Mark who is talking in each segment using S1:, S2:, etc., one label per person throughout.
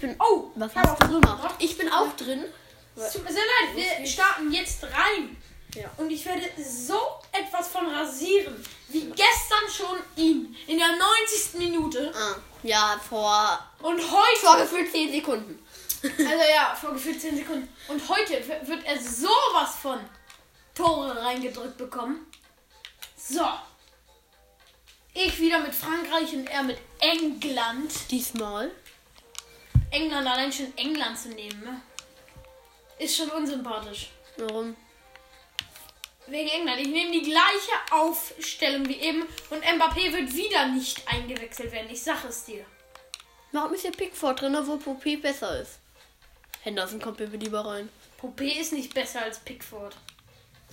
S1: bin.
S2: Oh,
S1: Was
S2: hab
S1: hast du gemacht?
S2: gemacht.
S1: Ich bin auch drin.
S2: Es tut mir sehr leid, wir starten jetzt rein.
S1: Ja.
S2: Und ich werde so etwas von rasieren, wie gestern schon ihn. In der 90. Minute.
S1: Ah, ja, vor,
S2: Und
S1: vor
S2: heute.
S1: gefühlt 10 Sekunden.
S2: Also ja, vor gefühlt 10 Sekunden. Und heute w- wird er sowas von Tore reingedrückt bekommen. So. Ich wieder mit Frankreich und er mit England.
S1: Diesmal.
S2: England allein schon England zu nehmen, ne? Ist schon unsympathisch.
S1: Warum?
S2: Wegen England. Ich nehme die gleiche Aufstellung wie eben und Mbappé wird wieder nicht eingewechselt werden. Ich sag es dir.
S1: Warum ist hier Pickford drin, obwohl Poupé besser ist? Henderson kommt mir lieber rein.
S2: Poupé ist nicht besser als Pickford.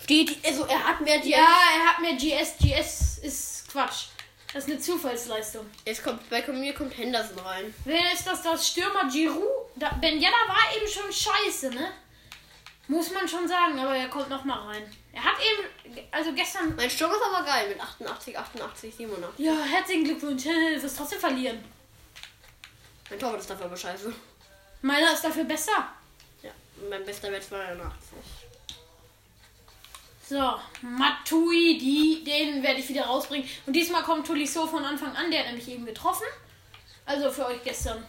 S1: Steht, also er hat mehr die.
S2: Ja, er hat mehr GS. GS ist Quatsch. Das ist eine Zufallsleistung.
S1: Jetzt kommt, bei mir kommt Henderson rein.
S2: Wer ist das, das Stürmer Giroud? Da, ben Yedda war eben schon scheiße, ne? Muss man schon sagen, aber er kommt nochmal rein. Er hat eben, also gestern,
S1: Mein Sturm ist aber geil mit 88, 88, 87.
S2: ja, herzlichen Glückwunsch, du wirst trotzdem verlieren.
S1: Mein Torwart ist dafür aber scheiße.
S2: Meiner ist dafür besser.
S1: Ja, mein bester Wert 82.
S2: So, Matui, die, den werde ich wieder rausbringen. Und diesmal kommt Tolisso von Anfang an, der hat nämlich eben getroffen. Also für euch gestern.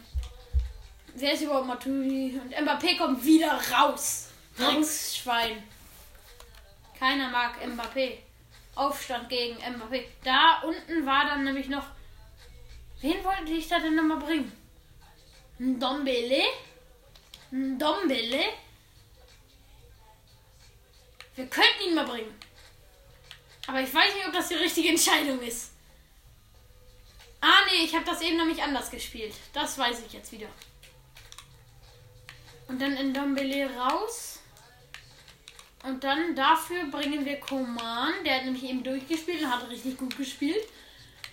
S2: Wer ist überhaupt Matui? Und Mbappé kommt wieder raus. Drecksschwein. Keiner mag Mbappé. Aufstand gegen Mbappé. Da unten war dann nämlich noch. Wen wollte ich da denn nochmal bringen? Ndombele? Ndombele? Wir könnten ihn mal bringen. Aber ich weiß nicht, ob das die richtige Entscheidung ist. Ah, nee, ich habe das eben nämlich anders gespielt. Das weiß ich jetzt wieder. Und dann in Dombele raus. Und dann dafür bringen wir Koman. Der hat nämlich eben durchgespielt und hat richtig gut gespielt.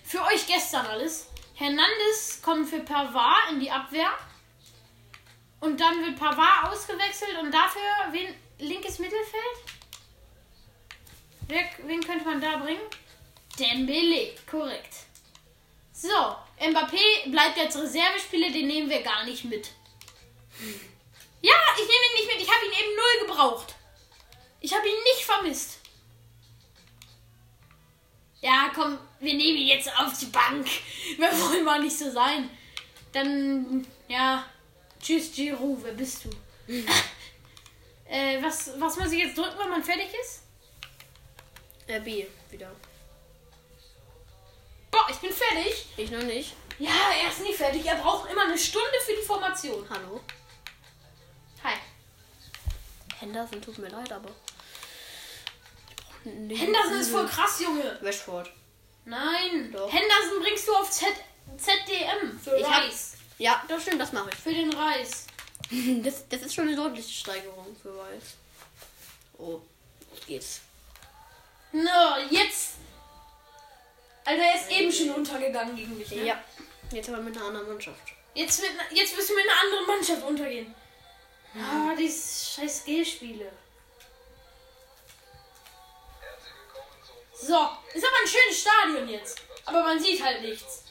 S2: Für euch gestern alles. Hernandez kommt für Pavard in die Abwehr. Und dann wird Pavard ausgewechselt und dafür wen, linkes Mittelfeld? Wer, wen könnte man da bringen? Dembele, korrekt. So, Mbappé bleibt als Reservespieler, den nehmen wir gar nicht mit. Ja, ich nehme ihn nicht mit, ich habe ihn eben null gebraucht. Ich habe ihn nicht vermisst. Ja, komm, wir nehmen ihn jetzt auf die Bank. Wir wollen mal nicht so sein. Dann, ja, tschüss Giroud, wer bist du? äh, was, was muss ich jetzt drücken, wenn man fertig ist?
S1: Äh, B wieder.
S2: Boah, ich bin fertig.
S1: Ich noch nicht.
S2: Ja, er ist nie fertig. Er braucht immer eine Stunde für die Formation.
S1: Hallo.
S2: Hi.
S1: Henderson tut mir leid, aber. Ich brauch nicht-
S2: Henderson ist voll krass, Junge.
S1: Rashford.
S2: Nein.
S1: Doch.
S2: Henderson bringst du auf Z ZDM für
S1: Ich hab-
S2: Reis.
S1: Ja, das stimmt, das mache
S2: Für den Reis.
S1: ich. Das, das ist schon eine deutliche Steigerung für Weiß. Oh, jetzt geht's.
S2: No, jetzt. Also er ist eben schon untergegangen gegen mich. Ne?
S1: Ja, jetzt aber mit einer anderen Mannschaft.
S2: Jetzt, mit, ner- jetzt wirst du mit einer anderen Mannschaft untergehen. Ah, diese scheiß Skill-Spiele. So, ist aber ein schönes Stadion jetzt. Aber man sieht halt nichts.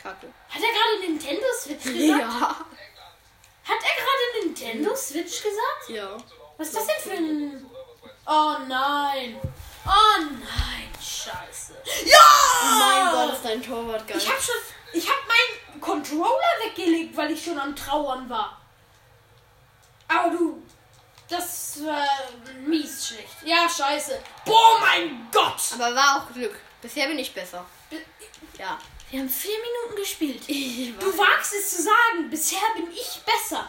S1: Kacke.
S2: Hat er gerade Nintendo Switch gesagt?
S1: Ja.
S2: Hat er gerade Nintendo Switch gesagt?
S1: Ja.
S2: Was ist das denn für ein. Oh nein! Oh nein! Scheiße! Oh Ja!
S1: Mein Gott, ist dein Torwart geil.
S2: Ah. Ich hab schon. Ich hab meinen Controller weggelegt, weil ich schon am Trauern war. Aber du. Das war mies schlecht. Ja, scheiße. Boah, mein Gott!
S1: Aber war auch Glück. Bisher bin ich besser. Ja.
S2: Wir haben vier Minuten gespielt.
S1: Ich
S2: Du wagst es zu sagen, bisher bin ich besser.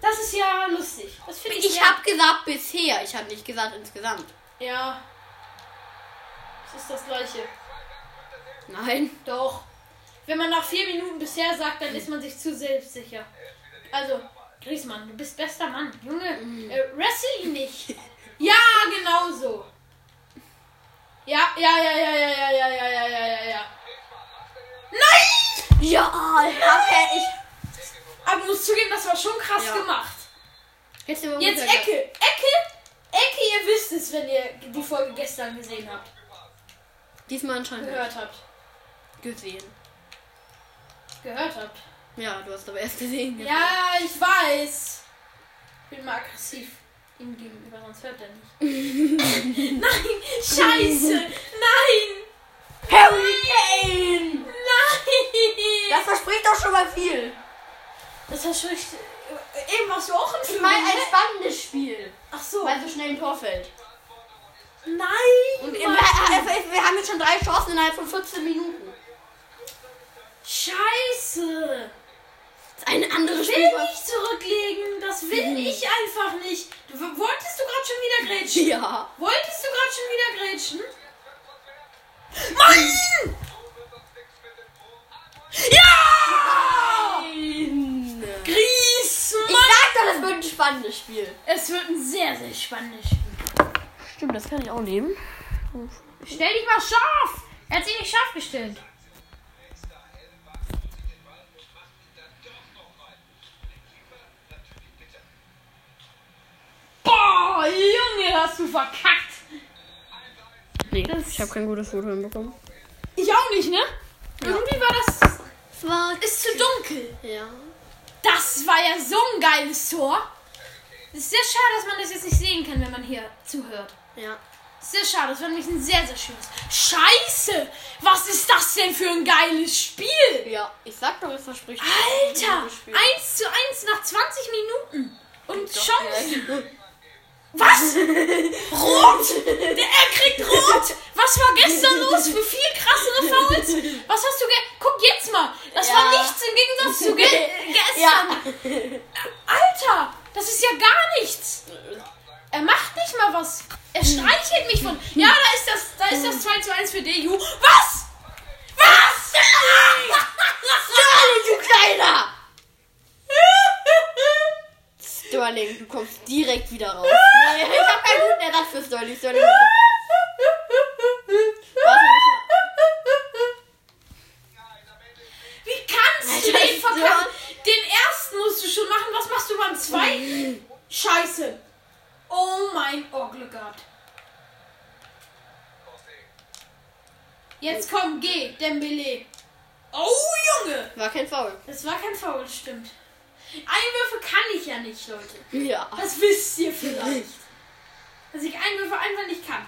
S2: Das ist ja lustig. Das finde ich.
S1: ich
S2: sehr-
S1: hab gesagt bisher. Ich hab nicht gesagt insgesamt.
S2: Ja. Das ist das gleiche.
S1: Nein.
S2: Doch. Wenn man nach vier Minuten bisher sagt, dann ist man sich zu selbstsicher. Also, Griesmann, du bist bester Mann. Junge,
S1: Mhm.
S2: äh, wrestle ihn nicht. Ja, genau so. Ja, ja, ja, ja, ja, ja, ja, ja, ja, ja, ja, ja. Nein!
S1: Ja, ich hab ja, ich.
S2: Aber du musst zugeben, das war schon krass
S1: Ja.
S2: gemacht.
S1: Jetzt, sind wir
S2: Jetzt
S1: ungefähr-
S2: Ecke, Ecke, Ecke, ihr wisst es, wenn ihr die Folge gestern gesehen habt,
S1: Diesmal anscheinend
S2: gehört habt.
S1: gesehen.
S2: gehört habt.
S1: Ja, du hast aber erst gesehen.
S2: Ja, ich weiß. Ich bin mal aggressiv ihm gegenüber, sonst hört er nicht. Nein, scheiße. Nein,
S3: Harry Kane!
S2: nein.
S3: Das verspricht doch schon mal viel.
S2: Das hast du echt- Eben hast du auch ein
S1: Ich meine, ein spannendes Spiel,
S2: Ach so.
S1: weil so schnell ein Tor fällt.
S2: Nein.
S1: Und wir,
S2: Mann.
S1: wir haben jetzt schon drei Chancen innerhalb von 14 Minuten.
S2: Scheiße.
S1: Das ist eine andere
S2: Ich Mhm. will
S1: Spielweise.
S2: nicht zurücklegen. Das will ich einfach nicht. Du, wolltest du gerade schon wieder grätschen?
S1: Ja.
S2: Wolltest du gerade schon wieder grätschen?
S1: Nein. Ich
S2: Griezmann.
S1: sag doch, das wird ein spannendes Spiel.
S2: Es wird ein sehr, sehr spannendes Spiel.
S1: Stimmt, das kann ich auch nehmen.
S2: Stell dich mal scharf. Er hat sich nicht scharf gestellt. Boah, Junge, hast du verkackt.
S1: Nee, ich habe kein gutes Foto hinbekommen.
S2: Ich auch nicht, ne? Irgendwie war das...
S1: Es war...
S2: Ist zu dunkel.
S1: Ja.
S2: Das war ja so ein geiles Tor. Es ist sehr schade, dass man das jetzt nicht sehen kann, wenn man hier zuhört.
S1: Ja.
S2: Sehr schade, das war nämlich ein sehr, sehr schönes. Scheiße! Was ist das denn für ein geiles Spiel?
S1: Ja, ich sag doch, es verspricht.
S2: Alter!
S1: Gutes Spiel.
S2: 1 zu 1 nach 20 Minuten. Und
S1: Doch,
S2: Chance.
S1: ja.
S2: Was? Rot! Er kriegt rot! Was war gestern los für viel krassere Fouls? Was hast du ge. Guck jetzt mal! Das war
S1: Ja.
S2: nichts im Gegensatz zu ge gestern!
S1: Ja.
S2: Alter, das ist ja gar nichts. Er macht nicht mal was. Er streichelt mich von. Ja, da ist das, da ist das 2 zu 1 für DU. Was? Was?
S1: Sterling, du Kleiner! Sterling, du kommst direkt wieder raus. Nee, ich hab keinen guten Ersatz für Sterling. Sterling. Warte,
S2: Wie kannst du
S1: Alter,
S2: den verkacken? Den ersten musst du schon machen. Was machst du beim zweiten? Scheiße. Oh mein Orgelgott. Jetzt komm, geh, Dembele. Oh Junge!
S1: war kein Foul.
S2: Das war kein Foul, stimmt. Einwürfe kann ich ja nicht, Leute.
S1: Ja.
S2: Das wisst ihr vielleicht. Dass ich Einwürfe einfach nicht kann.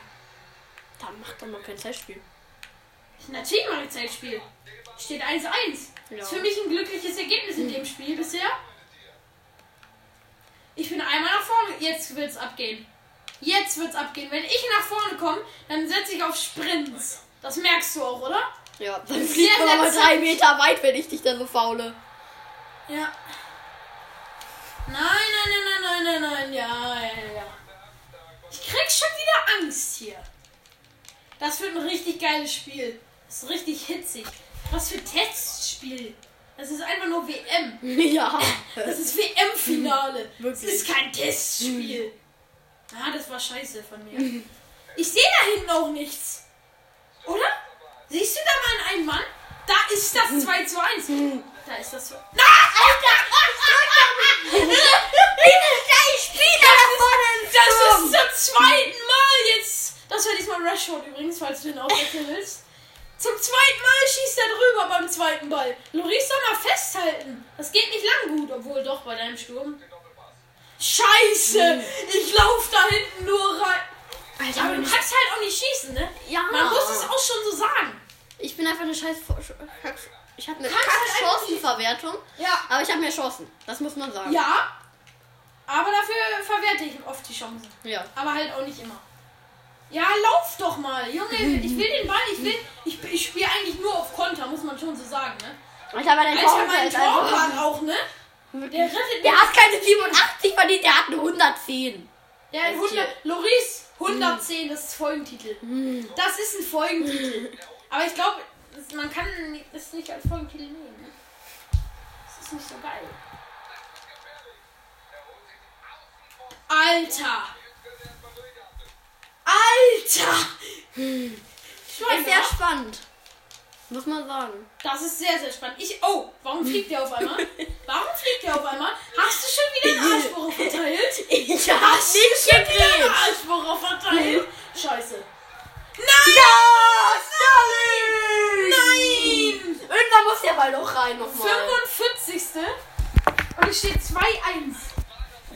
S1: Da macht doch mal kein Zeitspiel.
S2: Natürlich mache ich Zeitspiel. Steht 1-1.
S1: Ja.
S2: Ist für mich ein glückliches Ergebnis in dem Spiel bisher. Ich bin einmal nach vorne. Jetzt wird's abgehen. Jetzt wird's abgehen. Wenn ich nach vorne komme, dann setze ich auf Sprints. Das merkst du auch, oder?
S1: Ja, dann
S2: Sehr,
S1: fliegt man
S2: sehr
S1: aber drei
S2: zart.
S1: Meter weit, wenn ich dich dann so faule.
S2: Ja. Nein, nein, nein, nein, nein, nein, nein, ja, ja, ja. Ich krieg schon wieder Angst hier. Das wird ein richtig geiles Spiel. Das ist richtig hitzig. Was für Testspiel. Das ist einfach nur WM.
S1: Ja.
S2: Das ist WM-Finale. Das
S1: Wirklich.
S2: ist kein Testspiel. Ah, das war scheiße von mir. Ich sehe da hinten auch nichts. Oder? Siehst du da mal einen Mann? Da ist das 2 zu 1. Da ist das 2. Nein! Das ist zum zweiten Mal jetzt. Das war diesmal Rashford übrigens, falls du ihn aufwecken willst. Zum zweiten Mal schießt er drüber beim zweiten Ball. Loris soll mal festhalten. Das geht nicht lang gut, obwohl doch bei deinem Sturm. Scheiße! Ich lauf da hinten nur rein. Ja, aber du kannst halt auch nicht schießen, ne?
S1: Ja.
S2: Man muss es auch schon so sagen.
S1: Ich bin einfach eine scheiß. Ich habe eine
S2: Kannst
S1: kack
S2: halt einfach-
S1: Chancenverwertung,
S2: Ja.
S1: aber ich habe mehr Chancen. Das muss man sagen.
S2: Ja. Aber dafür verwerte ich oft die Chancen.
S1: Ja.
S2: Aber halt auch nicht immer. Ja, lauf doch mal, Junge. Ich will den Ball, ich will. Ich, ich spiele eigentlich nur auf Konter, muss man schon so sagen, ne?
S1: Ich habe einen
S2: Alter,
S1: Torwart.
S2: mein
S1: als einfach-
S2: Torwart auch, ne? Der rettet
S1: Der
S2: mich.
S1: hat keine 87 verdient, der hat eine 110.
S2: Der hat
S1: Hm.
S2: 100. Loris, 110, das ist Folgentitel. Das ist ein Folgentitel.
S1: Hm.
S2: Aber ich glaube, man kann es nicht als Folgentitel nehmen. ne? Das ist nicht so geil. Alter! Alter!
S1: Ist
S2: Schweine,
S1: sehr spannend. Muss man sagen.
S2: das ist sehr, sehr spannend. Ich. Oh, warum fliegt der auf einmal? Warum fliegt der auf einmal? Hast du schon wieder einen Arschbohrer verteilt?
S1: Ich hab's nicht
S2: Einen
S1: gedreht.
S2: Arschbohrer verteilt? Scheiße.
S1: Nein! Ja! Sorry!
S2: Nein!
S1: Irgendwann muss der Ball doch rein nochmal.
S2: 45. Und es steht 2-1.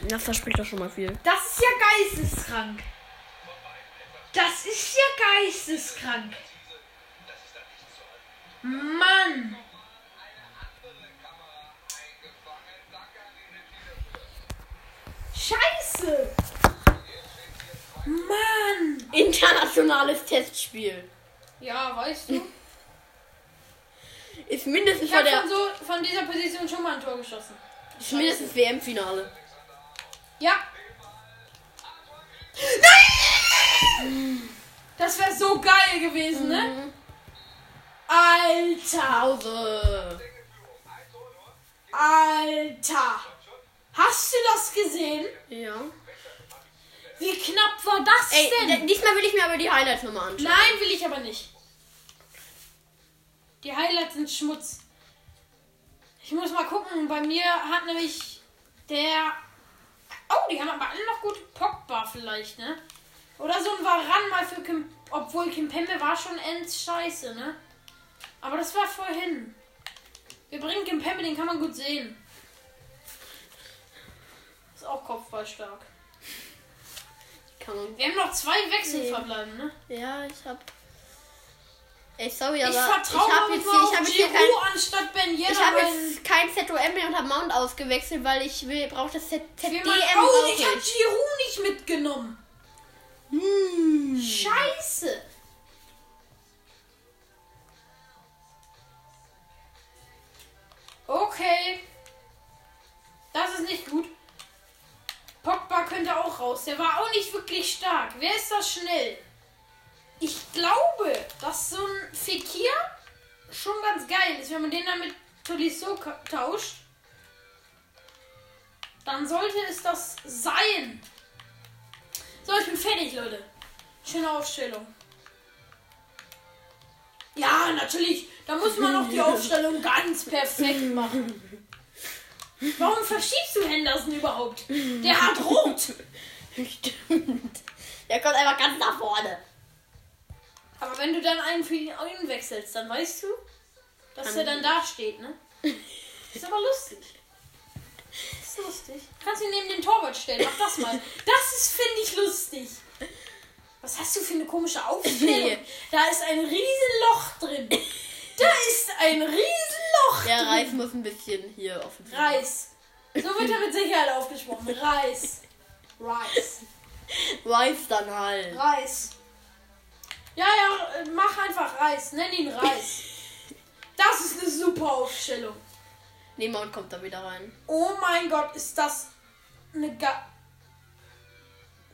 S1: Das verspricht doch schon mal viel.
S2: Das ist ja geisteskrank. Das ist ja geisteskrank. Mann. Scheiße. Mann.
S1: Internationales Testspiel.
S2: Ja, weißt du.
S1: Ist mindestens,
S2: Ich
S1: bei
S2: habe
S1: der,
S2: von, so, von dieser Position schon mal ein Tor geschossen.
S1: ist mindestens WM-Finale.
S2: Ja. Das wäre so geil gewesen, ne?
S1: Mhm.
S2: Alter,
S1: Pause.
S2: Alter. Hast du das gesehen?
S1: Ja.
S2: Wie knapp war das
S1: Ey,
S2: denn?
S1: d- diesmal will ich mir aber die Highlights nochmal anschauen.
S2: Nein, will ich aber nicht. Die Highlights sind Schmutz. Ich muss mal gucken. Bei mir hat nämlich der. Oh, die haben aber alle noch gut Pogba vielleicht, ne? Oder so ein Varan mal für Kim. Obwohl Kim Pembe war schon ends scheiße, ne? Aber das war vorhin. Wir bringen Kim Pembe, den kann man gut sehen. Ist auch kopfballstark.
S1: Kann man.
S2: Wir haben noch zwei Wechsel
S1: Nee.
S2: verbleiben, ne?
S1: Ja, ich hab. Ey, sorry, aber.
S2: Ich vertraue
S1: hab
S2: mal
S1: jetzt,
S2: jetzt,
S1: hier-
S2: auf
S1: ich hab jetzt hier
S2: Giroud
S1: kein.
S2: anstatt Ben Yedder,
S1: Ich habe
S2: weil
S1: jetzt kein ZOM mehr und habe Mount ausgewechselt, weil ich will, brauche das Z
S2: ich
S1: ZDM
S2: will mal- oh, ich habe Giroud nicht mitgenommen.
S1: Hm.
S2: Scheiße. Okay. Das ist nicht gut. Pogba könnte auch raus. Der war auch nicht wirklich stark. Wer ist das schnell? Ich glaube, dass so ein Fekir schon ganz geil ist. Wenn man den dann mit Tolisso ka- tauscht, dann sollte es das sein. So, ich bin fertig, Leute. Schöne Aufstellung. Ja, natürlich. Da muss man auch die Aufstellung ganz perfekt machen. Warum verschiebst du Henderson überhaupt? Der hat rot.
S1: Stimmt. Der kommt einfach ganz nach vorne.
S2: Aber wenn du dann einen für ihn einwechselst, dann weißt du, dass
S1: Kann
S2: er dann da steht, ne? Ist aber lustig. Ist lustig. Kannst ihn neben den Torwart stellen. Mach das mal. Das ist, finde ich, lustig. Was hast du für eine komische Aufstellung?
S1: Nee.
S2: Da ist ein Riesenloch drin. Da ist ein Riesenloch
S1: Der
S2: drin.
S1: Reif muss ein bisschen hier offensiv.
S2: Reis. So wird er mit Sicherheit aufgesprochen. Reis. Reis.
S1: Reif dann halt.
S2: Reis. Ja, ja, äh, mach einfach Reis. Nenn ihn Reis. Das ist eine super Aufstellung.
S1: Nee, Mount kommt da wieder rein.
S2: Oh mein Gott, ist das eine ga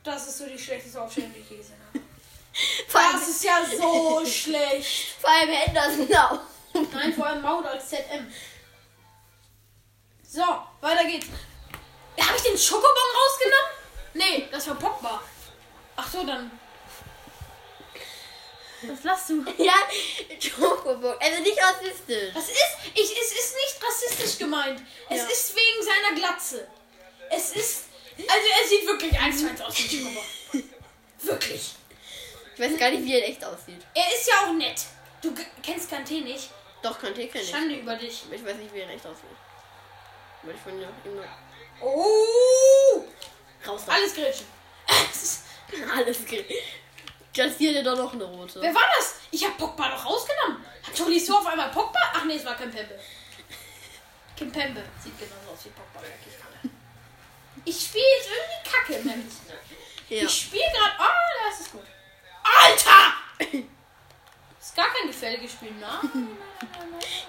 S2: Das ist so die schlechteste Aufstellung, die ich je gesehen habe.
S1: Vor allem,
S2: Das ist ja so schlecht.
S1: vor allem Henderson auch.
S2: Nein, vor allem Maud als ZM. So, weiter geht's. Habe ich den Schokobon rausgenommen? Nee, das war Pogba. Ach so, dann. Was lachst du?
S1: Ja, Chocobo. Also nicht rassistisch.
S2: Das ist, ich, es ist nicht rassistisch gemeint. Es
S1: Ja.
S2: ist wegen seiner Glatze. Es ist, also er sieht wirklich eins zu eins aus wie Chico Bob. Wirklich.
S1: Ich weiß gar nicht, wie er in echt aussieht.
S2: Er ist ja auch nett. Du g- kennst Kanté nicht.
S1: Doch, kann ich nicht.
S2: Schande über dich.
S1: Ich weiß nicht, wie er in echt aussieht. Würde ich von ihm nur
S2: Oh,
S1: raus.
S2: alles Gretchen. Es ist-
S1: Alles ge- Kassiert er doch noch eine rote.
S2: Wer war das? Ich hab Pogba doch rausgenommen. Hat Tolisso auf einmal Pogba? Ach nee, es war Kimpembe. Kimpembe sieht genauso aus wie Pogba. wirklich. Ich spiele jetzt irgendwie Kacke, merk ich.
S1: Ja.
S2: Ich spiele gerade. Oh, das ist gut. Alter! Ist gar kein gefälliges Spiel, ne?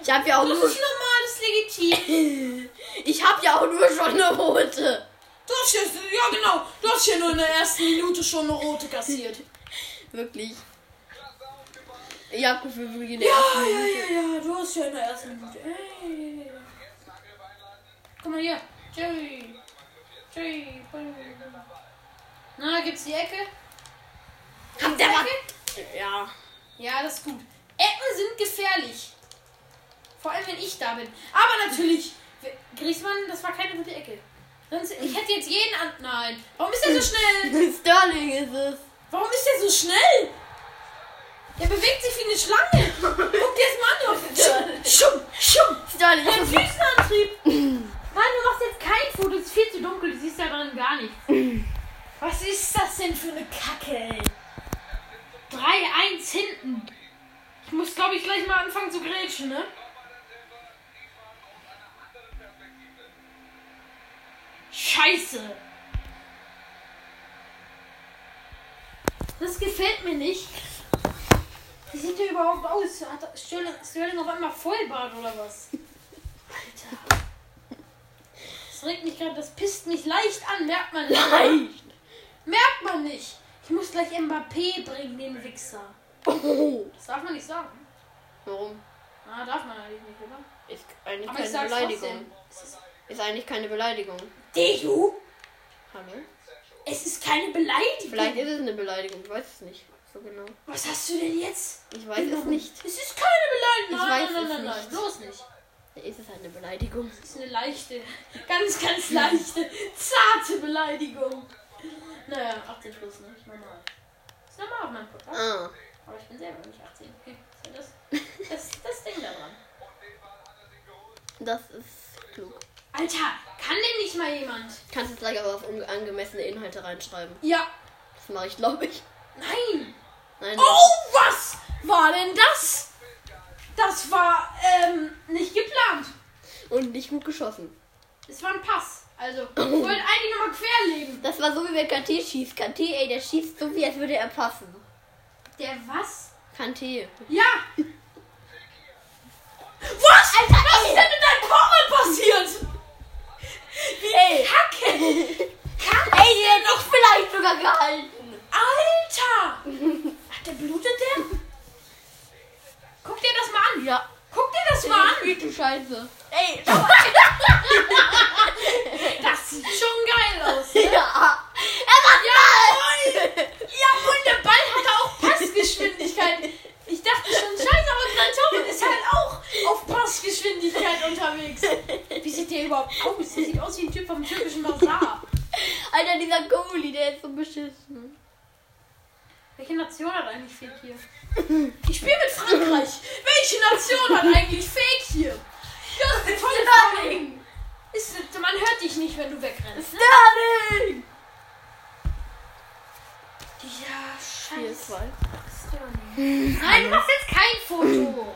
S1: Ich habe ja auch
S2: Das ist
S1: nur,
S2: normal, das ist legitim.
S1: ich habe ja auch nur schon eine rote.
S2: Du hast hier, ja genau, du hast hier nur in der ersten Minute schon eine rote kassiert.
S1: Wirklich. Ich habe Gefühl, wir gehen
S2: Ja, ja, ja, ja, du hast ja in der ersten Minute. Ey. Guck mal hier. Jerry. Jerry. Na, gibt's die Ecke?
S1: Hat der mal- Ja.
S2: Ja, das ist gut. Ecken sind gefährlich. Vor allem, wenn ich da bin. Aber natürlich, Griesmann, das war keine gute Ecke. Sonst, ich hätte jetzt jeden an. Nein. Warum ist er so schnell?
S1: Sterling ist es.
S2: Warum ist er so schnell? Der bewegt sich wie eine Schlange. Guck dir das mal an. du- Schum, schum.
S1: Sieht aber nicht
S2: Dein
S1: aus wie-
S2: Füßenantrieb. Mann, du machst jetzt kein Foto. Es ist viel zu dunkel. Du siehst da drin gar nichts. Was ist das denn für eine Kacke, ey? 3-1 hinten. Ich muss, glaube ich, gleich mal anfangen zu grätschen, ne? Scheiße. Das gefällt mir nicht. Wie sieht der überhaupt aus? Hat Sterling, Sterling auf einmal Vollbart oder was? Alter. Das regt mich gerade, das pisst mich leicht an, merkt man nicht. Leicht! Merkt man nicht! Ich muss gleich Mbappé bringen, den Wichser.
S1: Oh.
S2: Das darf man nicht sagen.
S1: Warum?
S2: Ah, darf man eigentlich nicht, oder?
S1: Ist eigentlich
S2: Aber
S1: keine
S2: ich sag's
S1: Beleidigung.
S2: trotzdem. Es ist,
S1: Ist eigentlich keine Beleidigung.
S2: Deju,
S1: Hallo?
S2: es ist keine Beleidigung.
S1: Vielleicht ist es eine Beleidigung, ich weiß es nicht. So genau.
S2: Was hast du denn jetzt?
S1: Ich weiß es nicht.
S2: Es ist keine Beleidigung.
S1: Ich
S2: Nein,
S1: weiß
S2: nein,
S1: es
S2: nein, nein,
S1: nicht.
S2: nein, bloß nicht.
S1: Ist es halt eine Beleidigung?
S2: Das ist eine leichte, ganz, ganz leichte, zarte Beleidigung. Naja, 18 plus, ne? Ist normal. Ist normal auf meinem Podcast.
S1: Ah.
S2: Aber ich bin selber nicht 18. Okay, das, das, das Ding da dran.
S1: Das ist klug.
S2: Alter, kann denn nicht mal jemand?
S1: Kannst du gleich aber auf unangemessene Inhalte reinschreiben.
S2: Ja.
S1: Das mache ich, glaube ich.
S2: Nein.
S1: Nein.
S2: Oh, was war denn das? Das war, ähm, nicht geplant.
S1: Und nicht gut geschossen.
S2: Es war ein Pass. Also, ich wollte eigentlich nochmal querlegen.
S1: Das war so wie wenn KT schießt. KT, ey, der schießt so wie als würde er passen.
S2: Der was?
S1: KT.
S2: Ja! Was? Alter, was ist denn in deinem Portemonnaie passiert? Wie ey. Kacke! Kacke!
S1: Ey, der hätte ich vielleicht sogar gehalten.
S2: Alter! Hat der blutet der? Guck dir das mal an!
S1: Ja.
S2: Guck dir das mal an!
S1: Gute Scheiße.
S3: Ey,
S2: Das sieht schon geil aus!
S1: Ja. Er macht Ball.
S2: Ja, und der Ball hatte auch Passgeschwindigkeit. Ich dachte schon, scheiße, aber Gran Torben ist halt auch auf Passgeschwindigkeit unterwegs. Wie sieht der überhaupt aus? Der sieht aus wie ein Typ vom türkischen Bazar.
S1: Alter, dieser Gummuli, der ist so beschissen.
S2: Welche Nation hat eigentlich Fake hier? Ich spiele mit Frankreich. Welche Nation hat eigentlich Fake hier? Das ist eine tolle Frage. Ist, man hört dich nicht, wenn du wegrennst. Ne?
S1: Sterling!
S2: Ja,
S1: Hier
S2: scheiße.
S1: ist zwei.
S2: Nein, du machst jetzt kein Foto.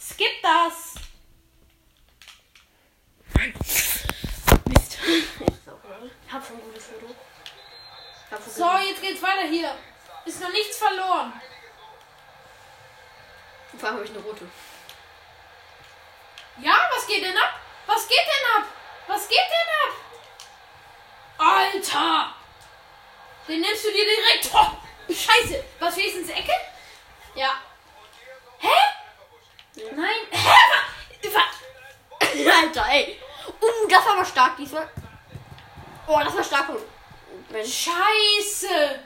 S2: Skip das.
S1: Mist.
S2: Ich hab schon ein gutes Foto. So,
S1: So.
S2: jetzt geht's weiter hier. Ist noch nichts verloren.
S1: Vor allem habe ich eine rote.
S2: Ja, was geht denn ab? Was geht denn ab? Was geht denn ab? Alter! Den nimmst du dir direkt. Oh, scheiße. Was fließt ins Ecke? Ja. Hä? Nein. Hä? Wa- wa-
S1: Alter, ey. Uh, das war aber stark diesmal. Oh, das war stark. Mensch.
S2: Scheiße.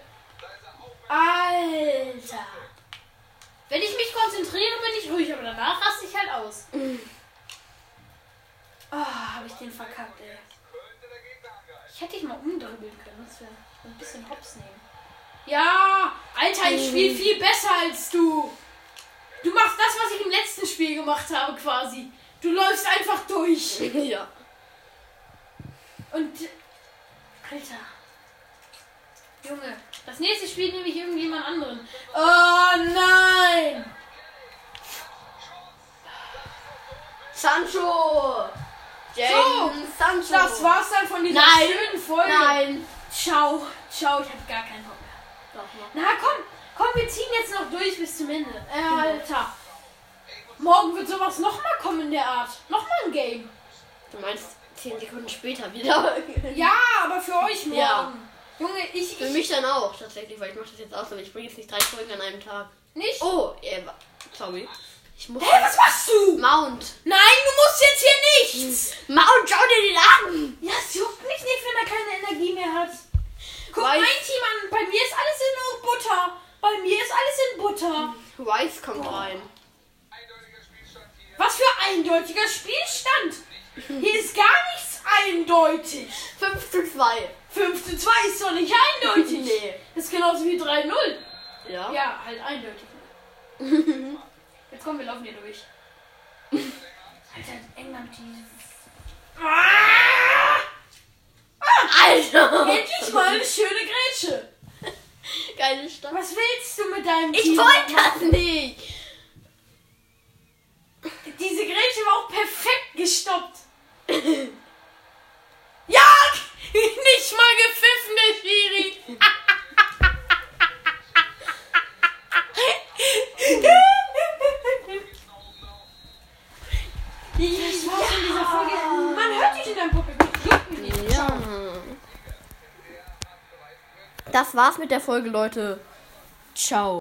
S2: Alter. Wenn ich mich konzentriere, bin ich ruhig, aber danach raste ich halt aus. Ah, hab ich den verkackt, ey. Ich hätte dich mal umdribbeln können, das wäre ein bisschen hops nehmen. Ja, Alter, ich spiele viel besser als du. Du machst das, was ich im letzten Spiel gemacht habe, quasi. Du läufst einfach durch.
S1: Ja.
S2: Und. Alter. Junge, das nächste Spiel nehme ich irgendjemand anderen. Oh nein!
S1: Sancho! Jadon Sancho!
S2: Das war's dann von dieser
S1: Oh. Nein.
S2: schönen Folge.
S1: Nein!
S2: Ciao, ciao, ich hab gar keinen Bock mehr.
S1: Doch noch.
S2: Na komm, komm, wir ziehen jetzt noch durch bis zum Ende. Äh, Alter. Morgen wird sowas nochmal kommen in der Art. Nochmal ein Game.
S1: Du meinst 10 Sekunden später wieder?
S2: Ja, aber für euch morgen.
S1: Ja.
S2: Junge, ich,
S1: Für
S2: ich
S1: mich dann auch, tatsächlich, weil ich mache das jetzt aus, aber ich bringe jetzt nicht drei Folgen an einem Tag.
S2: nicht.
S1: Oh, äh, wa- sorry. Ich muss.
S2: Hey, was machst du?
S1: Mount!
S2: Nein, du musst jetzt hier
S1: Hm.
S2: nichts.
S1: Mount, schau dir den an!
S2: Ja, es juckt mich nicht, wenn er keine Energie mehr hat. Guck
S1: Weiß-
S2: mein Team an, bei mir ist alles in Butter. Bei mir ist alles in Butter.
S1: Rice kommt rein.
S2: Was für eindeutiger Spielstand. Hier ist gar nichts eindeutig.
S1: 5 zu 2.
S2: 5 zu 2 ist doch nicht eindeutig.
S1: Nee.
S2: Das ist genauso wie 3-0.
S1: Ja.
S2: Ja, halt eindeutig. Jetzt kommen wir laufen hier durch. Alter, England, die. Ah!
S1: Alter!
S2: Endlich mal eine schöne Grätsche!
S1: Geile Stadt.
S2: Was willst du mit deinem
S1: Ich
S2: Team?
S1: wollte das nicht!
S2: Diese Grätsche war auch perfekt gestoppt.
S1: Ja!
S2: Nicht mal gepfiffen, der Schiri. Ich war in dieser Folge. Man hört dich in deinem Puppe.
S1: Ja. Das war's mit der Folge, Leute. Ciao.